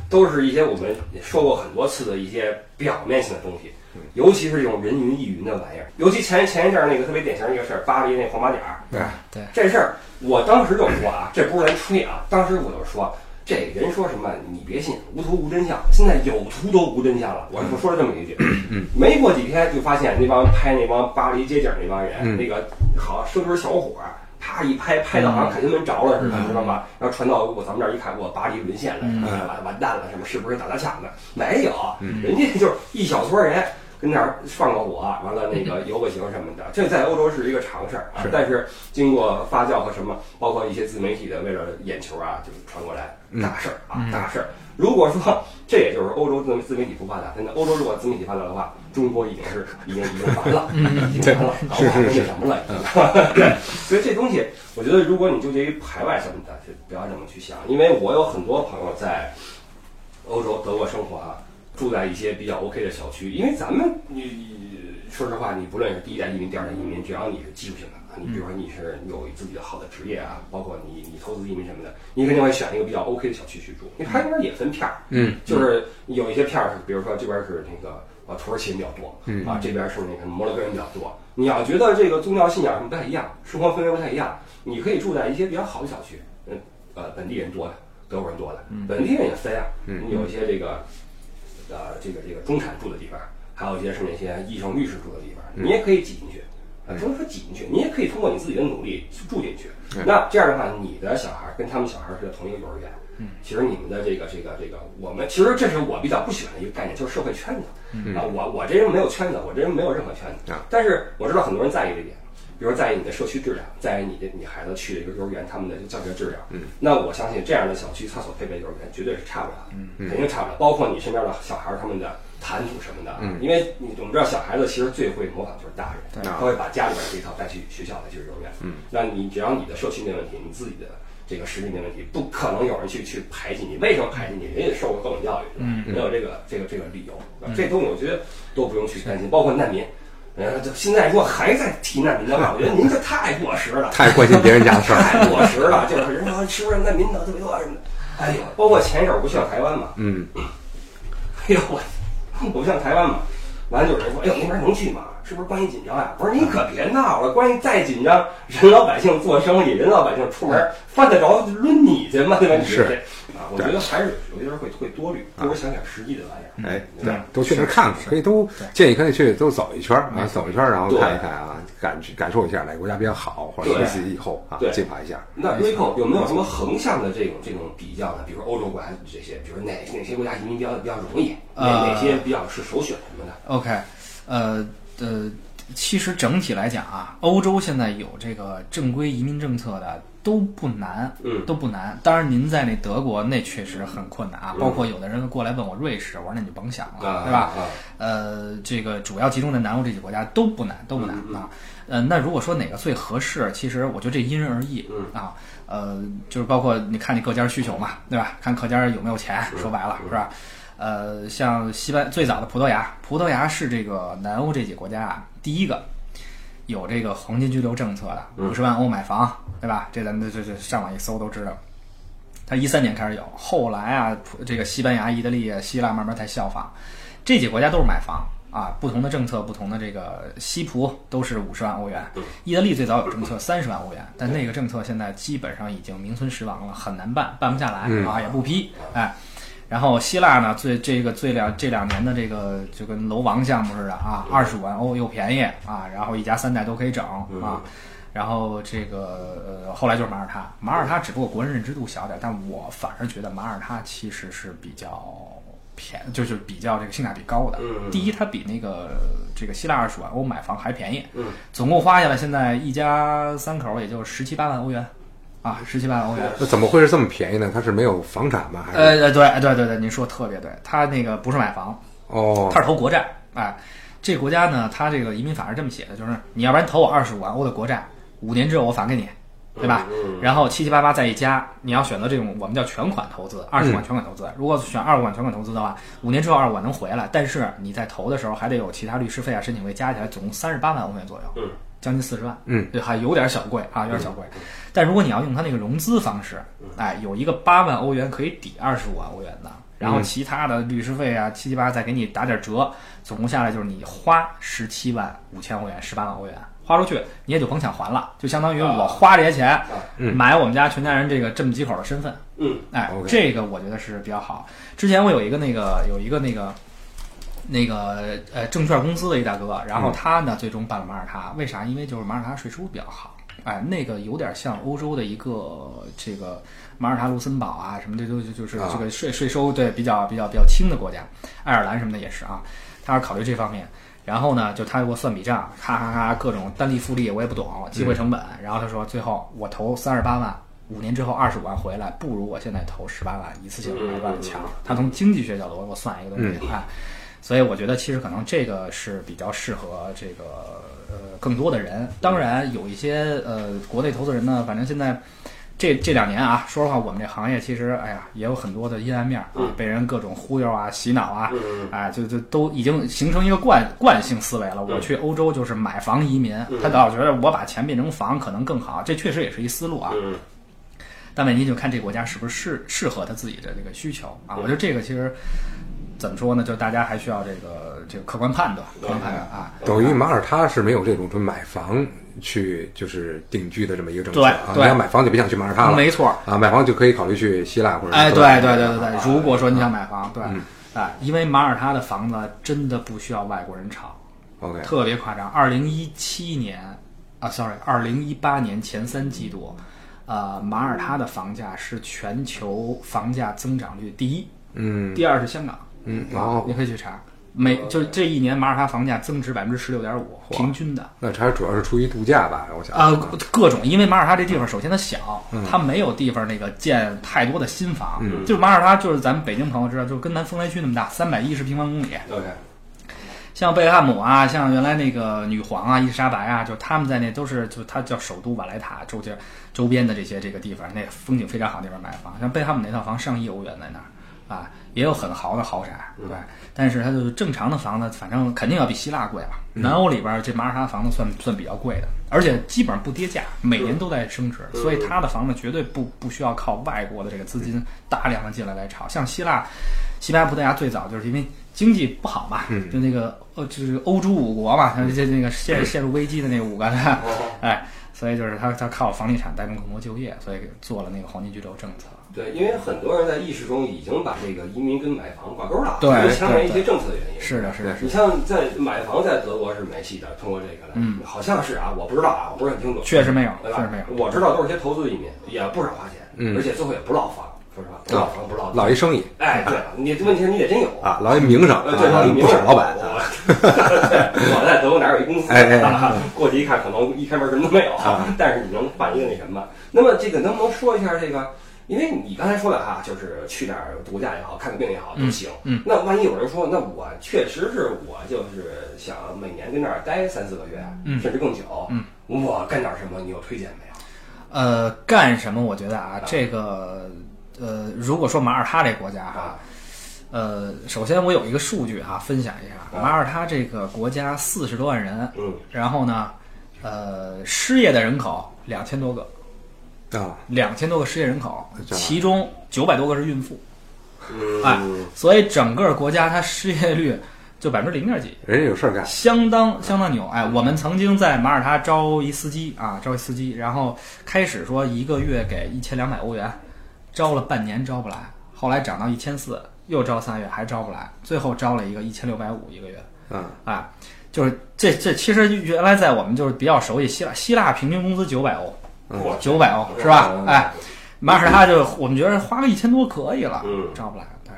都是一些我们说过很多次的一些表面性的东西，尤其是这种人云亦云的玩意儿。尤其前前一阵儿那个特别典型的一个事儿，巴黎那黄马甲儿，对，这事儿我当时就说啊，这不是咱吹啊，当时我就说，这人说什么你别信，无图无真相。现在有图都无真相了，我我说了这么一句，没过几天就发现那帮拍那帮巴黎街景那帮人，那个好生根小伙儿。啪一拍，拍到好像凯旋门着了似的，你知道吗？然后传到我咱们这儿一看，我巴黎沦陷了，什么的完完蛋了，什么是不是打砸抢的？没有，人家就是一小撮人跟那儿放个火，完了那个游个行什么的，这在欧洲是一个常事儿啊。但是经过发酵和什么，包括一些自媒体的为了眼球啊，就是传过来大事儿啊，大事儿。如果说这也就是欧洲自自媒体不发达，真的欧洲如果自媒体发达的话，中国已经是已经已经完了，已经完了，搞不好都那什么了。 对，所以这东西，我觉得如果你纠结于排外什么的，就不要这么去想，因为我有很多朋友在欧洲德国生活啊，住在一些比较 OK 的小区，因为咱们你说实话，你不论是第一代移民、第二代移民，只要你是技术性的啊，你比如说你是有自己的好的职业啊，包括你你投资移民什么的，你肯定会选一个比较 OK 的小区去住。因为它那边也分片儿，嗯，就是有一些片儿是，比如说这边是那个呃土耳其人比较多，嗯啊这边是那个摩洛哥人比较多。你要觉得这个宗教信仰什么不太一样，生活氛围不太一样，你可以住在一些比较好的小区，嗯呃本地人多的，德国人多的，本地人也分啊，嗯有一些这个呃这个这个中产住的地方，还有一些是那些医生律师住的地方，你也可以挤进去。啊，不能说挤进去，你也可以通过你自己的努力去住进去。那这样的话，你的小孩儿跟他们小孩儿是在同一个幼儿园。嗯，其实你们的这个这个这个，我们其实这是我比较不喜欢的一个概念，就是社会圈子。嗯、啊，我我这人没有圈子，我这人没有任何圈子。啊但是我知道很多人在意这一点，比如在意你的社区质量，在意你的你孩子去的一个幼儿园他们的教学质量。嗯，那我相信这样的小区，它所配备的幼儿园绝对是差不了的，嗯，肯定差不了。包括你身边的小孩儿他们的谈吐什么的，嗯，因为你我们知道小孩子其实最会模仿就是大人，他会把家里边这一套带去学校，带去幼儿园。嗯，那你只要你的社区没问题，你自己的。这个实力没问题，不可能有人去去排挤你。为什么排挤你？人也受过高等教育，嗯，没有这个这个这个理由。这东西我觉得都不用去担心，包括难民。呃，就现在如果还在提难民的 话，我觉得您这太过时了，太关心别人家的事 儿，太过时了。就是人说是不是难民的特别多什么的，哎呦，包括前一阵儿不去趟台湾嘛，嗯，哎呦我，我不像台湾嘛，完了就有人说，哎呦那边能去吗？是不是关系紧张呀、我说你可别闹了，关系再紧张，人老百姓做生意，人老百姓出门犯得着抡你去吗？对吧？你嗯是这啊，我觉得还是有些人会会多虑，不如想想实际的玩意儿。哎，嗯对，都去那儿看看，可以都建议可以去都走一圈儿啊，走一圈儿，然后对看一看啊，感感受一下哪个国家比较好，或者对为自己以后啊对计划一下。那 Rico 有没有什么横向的这种这种比较呢？比如欧洲国家这些，比如哪哪些国家移民比较比较容易，哪呃哪些比较是首选什么的？ OK，呃呃，其实整体来讲啊，欧洲现在有这个正规移民政策的都不难，嗯都不难。当然，您在那德国那确实很困难啊，包括有的人过来问我瑞士，我说那你就甭想了，对吧？啊呃，这个主要集中在南欧这几个国家都不难，都不难啊。呃，那如果说哪个最合适，其实我觉得这因人而异嗯啊。呃，就是包括你看你各家需求嘛，对吧？看各家有没有钱，说白了是吧？呃，像西班最早的葡萄牙，葡萄牙是这个南欧这几个国家啊第一个有这个黄金居留政策的，五十万欧买房，对吧？这咱们这这上网一搜都知道。它一三年开始有，后来啊，普这个西班牙、意大利、啊希腊慢慢才效仿，这几个国家都是买房啊，不同的政策，不同的这个西葡都是五十万欧元，意大利最早有政策三十万欧元，但那个政策现在基本上已经名存实亡了，很难办，办不下来啊，也不批，哎。然后希腊呢，最这个最两这两年的这个就跟楼王项目似的啊，二十五万欧又便宜啊，然后一家三代都可以整嗯啊。然后这个呃，后来就是马耳他，马耳他只不过国人认知度小点儿，但我反而觉得马耳他其实是比较便，就是比较这个性价比高的。嗯嗯第一，它比那个这个希腊二十万欧买房还便宜。嗯，总共花下来，现在一家三口也就十七八万欧元，啊，十七八万欧元。那怎么会是这么便宜呢？它是没有房产吗？还是、呃呃，对对对对，您说得特别对，他那个不是买房，哦他是投国债，哎，这个国家呢，它这个移民法是这么写的，就是你要不然投我二十五万欧的国债，五年之后我返给你，对吧？嗯然后七七八八再一加，你要选择这种我们叫全款投资，二十嗯款全款投资。如果选二十款全款投资的话，五年之后二十款能回来，但是你在投的时候还得有其他律师费啊、申请费，加起来总共三十八万欧元左右。嗯将近四十万，嗯，对，还有点小贵啊，有点小贵。但如果你要用它那个融资方式，哎，有一个八万欧元可以抵二十五万欧元的，然后其他的律师费啊，七七八再给你打点折，总共下来就是你花十七万五千欧元，十八万欧元花出去，你也就甭想还了，就相当于我花这些钱、买我们家全家人这个这么几口的身份，嗯，哎 OK 这个我觉得是比较好。之前我有一个那个有一个那个那个呃证券公司的一大哥，然后他呢最终办了马耳他，为啥？因为就是马耳他税收比较好，哎，那个有点像欧洲的一个这个马耳他、卢森堡啊什么的，就就就是啊这个税税收对比较比较比较轻的国家，爱尔兰什么的也是啊，他是考虑这方面。然后呢，就他给我算笔账，咔咔咔，各种单利复利我也不懂，机会成本。然后他说，最后我投三十八万，五年之后二十五万回来，不如我现在投十八万一次性来万强。他从经济学角度给我算一个东西，哎、所以我觉得其实可能这个是比较适合这个呃更多的人。当然有一些呃国内投资人呢，反正现在。这这两年啊，说实话，我们这行业其实，哎呀，也有很多的阴暗面儿啊，被人各种忽悠啊、洗脑啊，嗯哎，就就都已经形成一个惯惯性思维了。我去欧洲就是买房移民，他老觉得我把钱变成房可能更好，这确实也是一思路啊。嗯但问题就看这国家是不是适适合他自己的这个需求啊。我觉得这个其实怎么说呢，就是大家还需要这个这个客观判断，客观判断啊。等于马耳他是没有这种说买房去就是定居的这么一个政策对啊，你对要买房就别想去马耳他了，没错儿啊，买房就可以考虑去希腊或者哎，是对对对对对，如果说你想买房，对，哎，因为马耳他的房子真的不需要外国人炒， ，OK，特别夸张。二零一七年啊，sorry，二零一八年前三季度，呃，马耳他的房价是全球房价增长率第一，嗯第二是香港，嗯，然后你可以去查。每就是这一年，马耳他房价增值百分之十六点五，平均的。那还主要是出于度假吧，我想啊、各种，因为马耳他这地方，首先它小，它没有地方那个建太多的新房，就是马耳他就是咱们北京朋友知道，就是跟咱丰台区那么大，三百一十平方公里， ，OK，像贝克汉姆啊，像原来那个女皇啊、伊丽莎白啊，就他们在那都是就它叫首都瓦莱塔周边周边的这些这个地方，那风景非常好，那边买房，像贝克汉姆那套房上亿欧元在那儿啊，也有很豪的豪宅，对，但是它就是正常的房子，反正肯定要比希腊贵吧。南欧里边儿这马耳他房子算算比较贵的，而且基本上不跌价，每年都在升值，所以它的房子绝对不不需要靠外国的这个资金大量的进来来炒，像希腊。西班牙、葡萄牙最早就是因为经济不好嘛，就那个呃，就是欧洲五国嘛，像这这那个陷陷入危机的那五个，哎，所以就是他他靠房地产带动更多就业，所以做了那个黄金居留政策。对，因为很多人在意识中已经把这个移民跟买房挂钩了，对因为前面对一些政策的原因。是的，是的，是你的，像在买房，在德国是没戏的，通过这个来，嗯，好像是啊，我不知道啊，我不是很清楚，确实没有，对确实吧没有。？我知道都是些投资移民，也不少花钱，而且最后也不落房，说实话，不落房不落地。老一生意哎，对，你问题是你得真有啊，老一名声，呃，啊对，老一名不是老板，啊我对 我在德国哪有一公司？哎哎哎啊啊 过去一看，可能一开门什么都没有，啊但是你能办一个那什么。那么这个能不能说一下这个？因为你刚才说了哈，就是去哪儿度假也好，看个病也好都行。嗯那万一有人说，那我确实是我就是想每年跟那儿待三四个月，甚至更久。嗯，我干点什么？你有推荐没有？呃，干什么？我觉得啊，这个呃，如果说马耳他这国家哈啊，呃，首先我有一个数据哈、分享一下，马耳他这个国家四十多万人，嗯，然后呢，呃，失业的人口两千多个，啊，两千多个失业人口，这样其中九百多个是孕妇，嗯哎，所以整个国家它失业率就百分之零点几，人家有事儿干，相当相当牛。哎，我们曾经在马耳他招一司机啊，招一司机，然后开始说一个月给一千两百欧元，招了半年招不来，后来涨到一千四，又招仨月还招不来，最后招了一个一千六百五一个月。嗯，啊，就是这这其实原来在我们就是比较熟悉希腊，希腊平均工资九百欧，我九百欧哎是吧哎嗯？哎，马耳他就我们觉得花个一千多可以了嗯，招不来。对，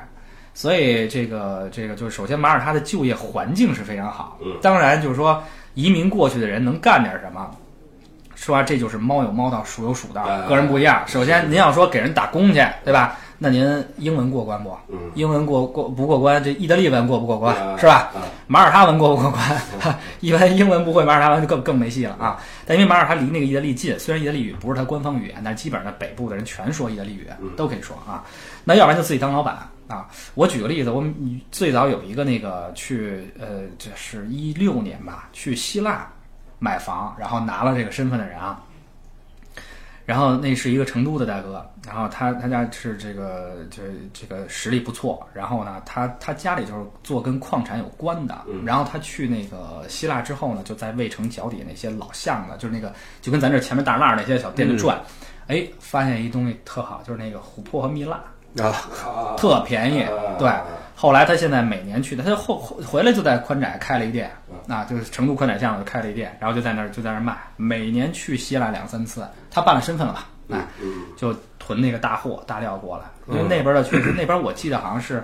所以这个这个就是首先马耳他的就业环境是非常好嗯，当然就是说移民过去的人能干点什么。说这就是猫有猫道，鼠有鼠道哎，个人不一样。首先，您要说给人打工去，对吧？那您英文过关不？嗯英文过过不过关？这意大利文过不过关？嗯是吧？嗯马耳他文过不过 关？一般英文不会，马耳他文就更更没戏了啊！但因为马耳他离那个意大利近，虽然意大利语不是它官方语言，但是基本上北部的人全说意大利语，嗯都可以说啊。那要不然就自己当老板啊。我举个例子，我们最早有一个那个去呃，这是一六年吧，去希腊买房，然后拿了这个身份的人啊。然后那是一个成都的大哥，然后他他家是这个这这个实力不错，然后呢，他他家里就是做跟矿产有关的，然后他去那个希腊之后呢，就在卫城脚底那些老巷子，就是那个就跟咱这前面大栅栏那些小店里转，哎、发现一东西特好，就是那个琥珀和蜜蜡，啊，啊特便宜，对。后来他现在每年去的，他就后后回来就在宽窄开了一店，啊，就是成都宽窄巷子开了一店，然后就在那儿就在那儿卖，每年去希腊两三次。他办了身份了吧？嗯哎，就囤那个大货大料过来，因为那边的确实，那边我记得好像是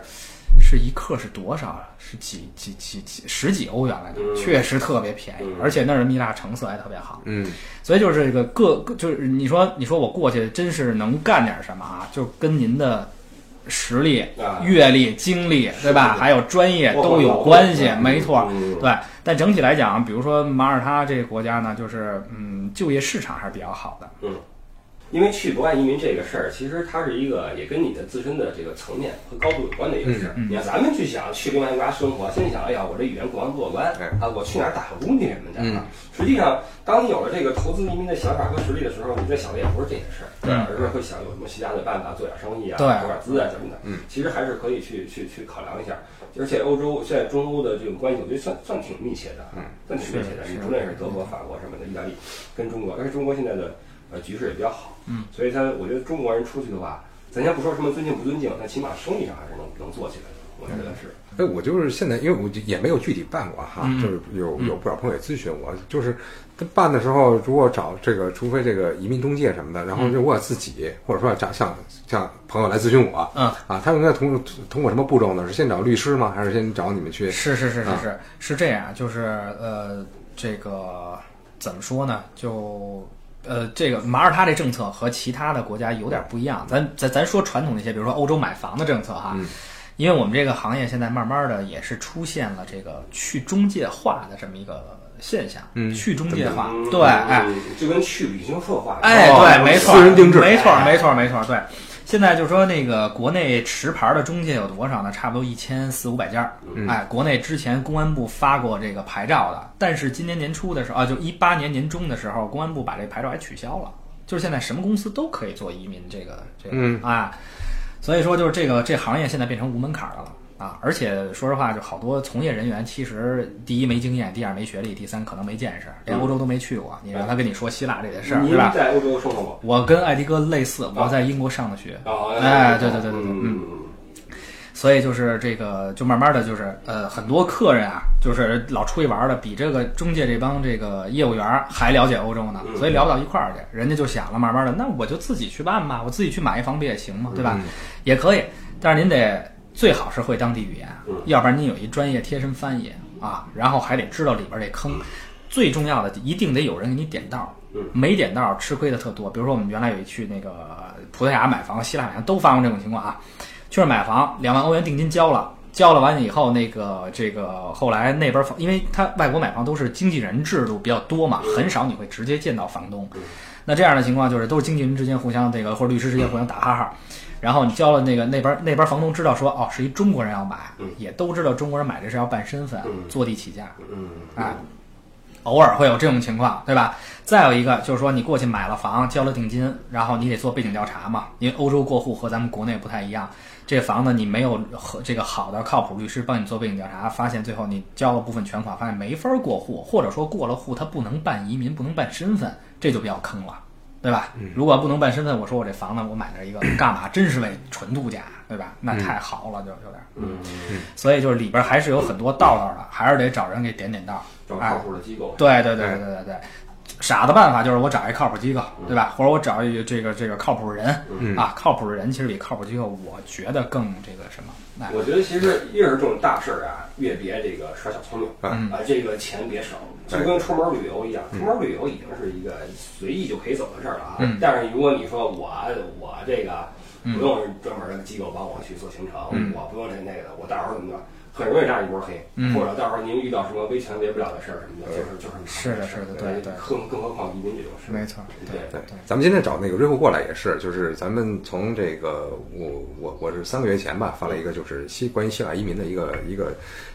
是一克是多少啊？是几几几几十几欧元来着，确实特别便宜，而且那儿的蜜蜡成色还特别好。嗯，所以就是这个各各就是你说你说我过去真是能干点什么啊？就跟您的实力啊、阅历、经历，对吧？还有专业我都我有我关系，嗯没错嗯，对。但整体来讲，比如说马耳他这个国家呢，就是嗯，就业市场还是比较好的。因为去国外移民这个事儿，其实它是一个也跟你的自身的这个层面和高度有关的一个事儿。你看咱们去想去另外一个国家生活，先想哎呀，我这语言过关不过关哎啊？我去哪儿打个工去什么的啊？实际上，当你有了这个投资移民的想法和实力的时候，你在想的也不是这些事儿，对，而是会想有什么其他的办法做点生意啊，对投点资啊什么的。嗯，其实还是可以去去去考量一下。而且欧洲现在中欧的这种关系，我觉得算算挺密切的，嗯，算挺密切的。是你是不论是德国、法国什么的，意大利跟中国，但是中国现在的呃局势也比较好，嗯，所以他我觉得中国人出去的话，咱先不说什么尊敬不尊敬，但起码生意上还是能能做起来的，我觉得是。哎，我就是现在，因为我就也没有具体办过哈，就是有有不少朋友也咨询我，就是他办的时候，如果找这个，除非这个移民中介什么的，然后如果自己、或者说找像像朋友来咨询我，嗯啊，他们应该通通过什么步骤呢？是先找律师吗？还是先找你们去？是是是是是是这样，啊就是呃，这个怎么说呢？就呃，这个马耳他这政策和其他的国家有点不一样。咱咱咱说传统那些，比如说欧洲买房的政策哈，因为我们这个行业现在慢慢的也是出现了这个去中介化的这么一个现象，去中介化，对，哎，嗯，就跟去旅行社化，哎，哦对，没错，私人定制哎没错，没错，没错，对。现在就说那个国内持牌的中介有多少呢？差不多一千四五百家儿。嗯哎，国内之前公安部发过这个牌照的，但是今年年初的时候啊，就一八年年中的时候，公安部把这牌照还取消了。就是现在什么公司都可以做移民这个这个、嗯啊，所以说就是这个这行业现在变成无门槛儿的了啊！而且说实话，就好多从业人员其实第一没经验，第二没学历，第三可能没见识，连嗯欧洲都没去过。你让他跟你说希腊这些事儿，您对吧？在欧洲生活过？我跟艾迪哥类似，我在英国上的学，啊，哎，对对对对对，嗯嗯嗯。所以就是这个，就慢慢的就是，呃，很多客人啊，就是老出去玩的，比这个中介这帮这个业务员儿还了解欧洲呢，所以聊不到一块儿去。人家就想了，慢慢的，那我就自己去办吧，我自己去买一房不也行吗？对吧？也可以，但是您得最好是会当地语言，要不然您有一专业贴身翻译啊，然后还得知道里边这坑。最重要的，一定得有人给你点道儿，没点道儿吃亏的特多。比如说我们原来有一去那个葡萄牙买房、希腊买房都发生这种情况啊，就是买房两万欧元定金交了，交了完以后，那个这个后来那边房，因为他外国买房都是经纪人制度比较多嘛，很少你会直接见到房东。那这样的情况就是都是经纪人之间互相这个或者律师之间互相打哈哈，然后你交了那个那边那边房东知道说哦是一中国人要买，也都知道中国人买这是要办身份坐地起价，嗯哎，偶尔会有这种情况，对吧？再有一个就是说，你过去买了房，交了定金，然后你得做背景调查嘛，因为欧洲过户和咱们国内不太一样，这房子你没有和这个好的靠谱律师帮你做背景调查，发现最后你交了部分全款，发现没法过户，或者说过了户他不能办移民，不能办身份，这就比较坑了。对吧？如果不能办身份，我说我这房子我买了一个干嘛？真是为纯度假，对吧？那太豪了，就有点儿。嗯，所以就是里边还是有很多道道的，还是得找人给点点道。找哎靠，谱的机构。对对对对对对对。傻的办法就是我找一靠谱机构，对吧？或者我找一这个这个靠谱人、啊，靠谱的人其实比靠谱机构，我觉得更这个什么？哎，我觉得其实越是这种大事儿啊，越别这个耍小聪明，嗯啊，这个钱别省，哎就跟出门旅游一样，出门旅游已经是一个随意就可以走的事儿了啊。嗯但是如果你说我我这个不用专门的机构帮我去做行程，嗯我不用这那个的，我到时候怎么着，很容易让一波黑，嗯或者到时候您遇到什么维权为不了的事儿什么的，就是就是是的，是的，对对，更更何况移民这种事，没错，对对对对，咱们今天找那个瑞虎过来也是，就是咱们从这个我我我是三个月前吧发了一个就是希关于希腊移民的一个一个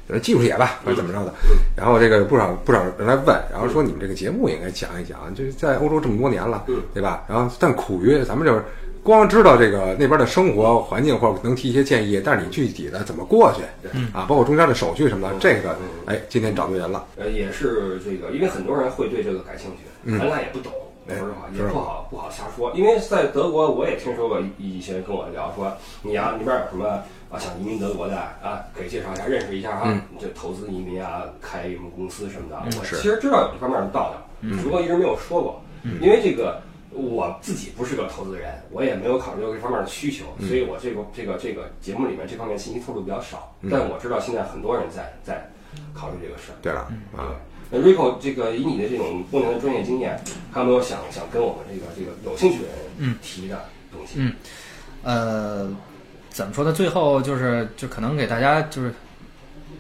呃技术帖吧，嗯或者怎么着的。然后这个不少不少人来问，然后说你们这个节目也应该讲一讲，就是在欧洲这么多年了嗯，对吧？然后但苦于咱们就是。光知道这个那边的生活环境或者能提一些建议，但是你具体的怎么过去啊，包括中间的手续什嗯么的，这个哎，今天找对人了。呃，也是这个，因为很多人会对这个感兴趣，咱俩也不懂，说实话也嗯哎是不好不好瞎说。因为在德国，我也听说过一一些跟我聊说，你啊，那边有什么啊想移民德国的啊，可以介绍一下，认识一下啊，这投资移民啊，开什么公司什么的。我嗯是嗯其实知道有这方面的道理，只不过一直没有说过，因为这个。我自己不是个投资人，我也没有考虑过这方面的需求，嗯所以我这个这个这个节目里面这方面信息透露比较少。嗯但我知道现在很多人在在考虑这个事儿。对了啊，那 Rico，这个以你的这种多年的专业经验，还有没有想想跟我们这个这个有兴趣的嗯人提的东西？嗯，呃，怎么说呢？最后就是就可能给大家就是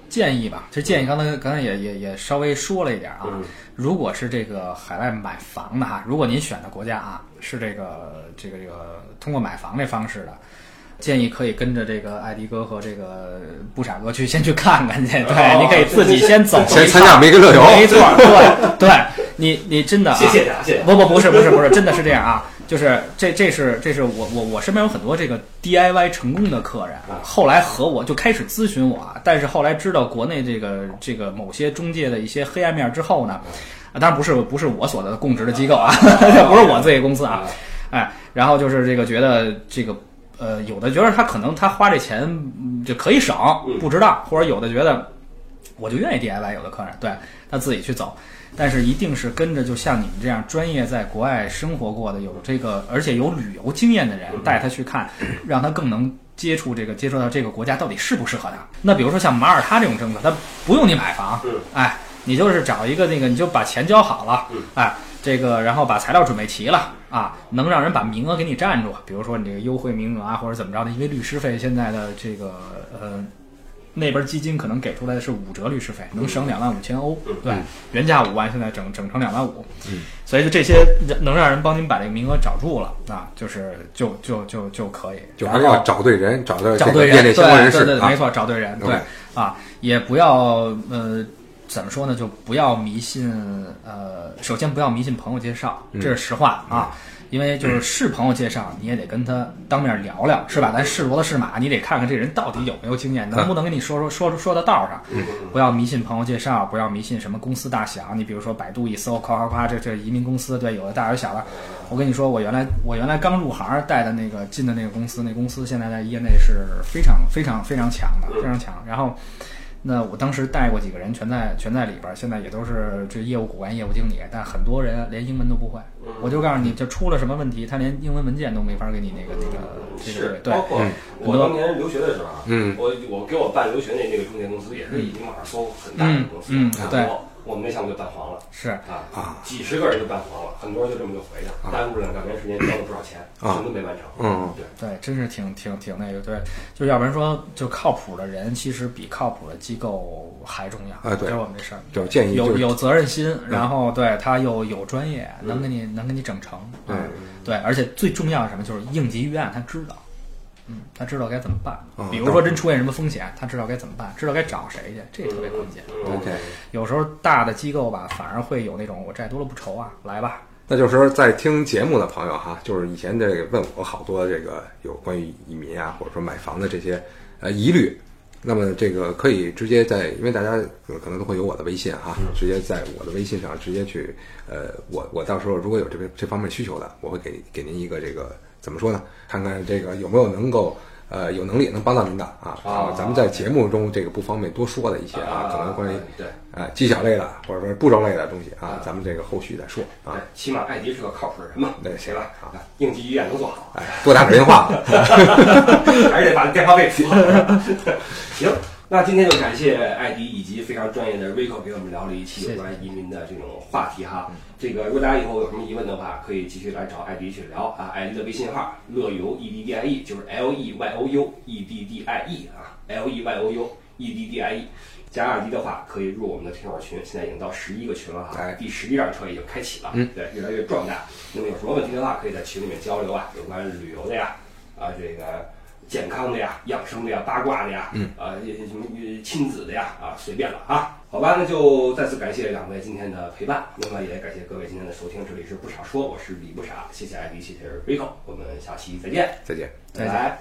建议吧，其实建议刚才刚才也也也稍微说了一点啊。嗯如果是这个海外买房的哈，如果您选的国家啊是这个这个这个通过买房这方式的。建议可以跟着这个艾迪哥和这个布傻哥去先去看看去，对，哦你可以自己先走一趟，先参加梅根乐游没错，对对，你你真的啊，谢谢大家，谢谢。不不不是不是不是，真的是这样啊，就是这这是这是我我我身边有很多这个 DIY 成功的客人啊，后来和我就开始咨询我啊，但是后来知道国内这个这个某些中介的一些黑暗面之后呢，啊，当然不是不是我所的供职的机构啊， 不是我自己公司嗯啊，哎，然后就是这个觉得这个呃，有的觉得他可能他花这钱嗯就可以省，不值当，或者有的觉得我就愿意 DIY，有的客人对他自己去走，但是一定是跟着就像你们这样专业在国外生活过的、有这个而且有旅游经验的人带他去 看，让他更能。接触这个，接触到这个国家到底适不适合他？那比如说像马耳他这种政策，他不用你买房嗯，哎，你就是找一个那个，你就把钱交好了嗯，哎，这个然后把材料准备齐了啊，能让人把名额给你占住，比如说你这个优惠名额啊，或者怎么着的，因为律师费现在的这个呃。那边基金可能给出来的是五折律师费，嗯能省两万五千欧，对，原价五万，现在整整成两万五，嗯所以就这些能让人帮您把这个名额找住了啊，就是就就就就可以，就然还是后要找对人，找到找这对个人，业内相关人士对对对，啊没。错，找对人，对 OK 啊，也不要呃，怎么说呢，就不要迷信呃，首先不要迷信朋友介绍，这是实话啊。因为就是是朋友介绍，你也得跟他当面聊聊，是吧？咱是骡子是马，你得看看这人到底有没有经验，能不能跟你说说说说到道上。不要迷信朋友介绍，不要迷信什么公司大小。你比如说百度一搜，夸夸夸，这这移民公司，对，有的大有小的。我跟你说，我原来我原来刚入行带的那个进的那个公司，那公司现在在业内是非常非常非常强的，非常强。然后。那我当时带过几个人，全在全在里边儿，现在也都是这业务骨干、业务经理，但很多人连英文都不会。我就告诉你，就出了什么问题，他连英文文件都没法给你那个那个这是，个哦对嗯包，括很我多当年留学的时候啊，嗯我我给我办留学那那个中介公司也是已经网上搜很大的公司，嗯嗯很对多，我们那项目就办黄了。是啊，几十个人就办黄了，很多人就这么就回去了，耽误了两年时间，交了不少钱，啊什么都没完成。嗯对，对，真是挺挺挺那个，对，就要不然说，就靠谱的人其实比靠谱的机构还重要。啊对这是我们这事儿。就建议就有是嗯有责任心，然后对他又有专业，能给你能给你整成。嗯对，而且最重要的是什么，就是应急预案他知道，嗯，他知道该怎么办嗯。比如说真出现什么风险，他知道该怎么办，知道该找谁去，这也特别关键。嗯 OK，有时候大的机构吧，反而会有那种我债多了不愁啊，来吧，那就是说在听节目的朋友哈，就是以前这个问我好多这个有关于移民啊，或者说买房的这些呃疑虑。那么这个可以直接在，因为大家呃可能都会有我的微信哈，直接在我的微信上直接去，呃，我我到时候如果有这边这方面需求的，我会给给您一个这个怎么说呢？看看这个有没有能够呃有能力能帮到您的啊。啊咱们在节目中这个不方便多说的一些啊，可能关于对呃技巧类的或者说步骤类的东西啊，咱们这个后续再说对啊。，起码艾迪是个靠谱的人嘛，对谁吧？啊啊，应急医院能做好，哎，多打点电话。 还是得把电话费付好。行，那今天就感谢艾迪以及非常专业的 Rico 给我们聊了一期有关移民的这种话题哈。这个如果大家以后有什么疑问的话，可以继续来找艾迪去聊啊。艾迪的微信号乐游 E D D I E 就是 L E Y O U E D D I E 啊，L E Y O U E D D I E。加艾迪的话，可以入我们的听友群，现在已经到十一个群了哈，哎第十一辆车已经开启了，嗯对，越来越壮大。那么有什么问题的话，可以在群里面交流啊，有关旅游的呀，啊，这个健康的呀、养生的呀、八卦的呀，嗯，啊，什么亲子的呀，啊，随便了啊。好吧，那就再次感谢两位今天的陪伴，那么也感谢各位今天的收听，这里是不傻说，我是李不傻，谢谢艾迪，谢谢 Rico，我们下期再见，再见。拜拜。